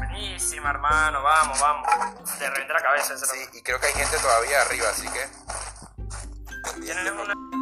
Buenísima, hermano, vamos, vamos. Te reventé la cabeza ese Sí, y creo que hay gente todavía arriba, así que. loco. Tienes una-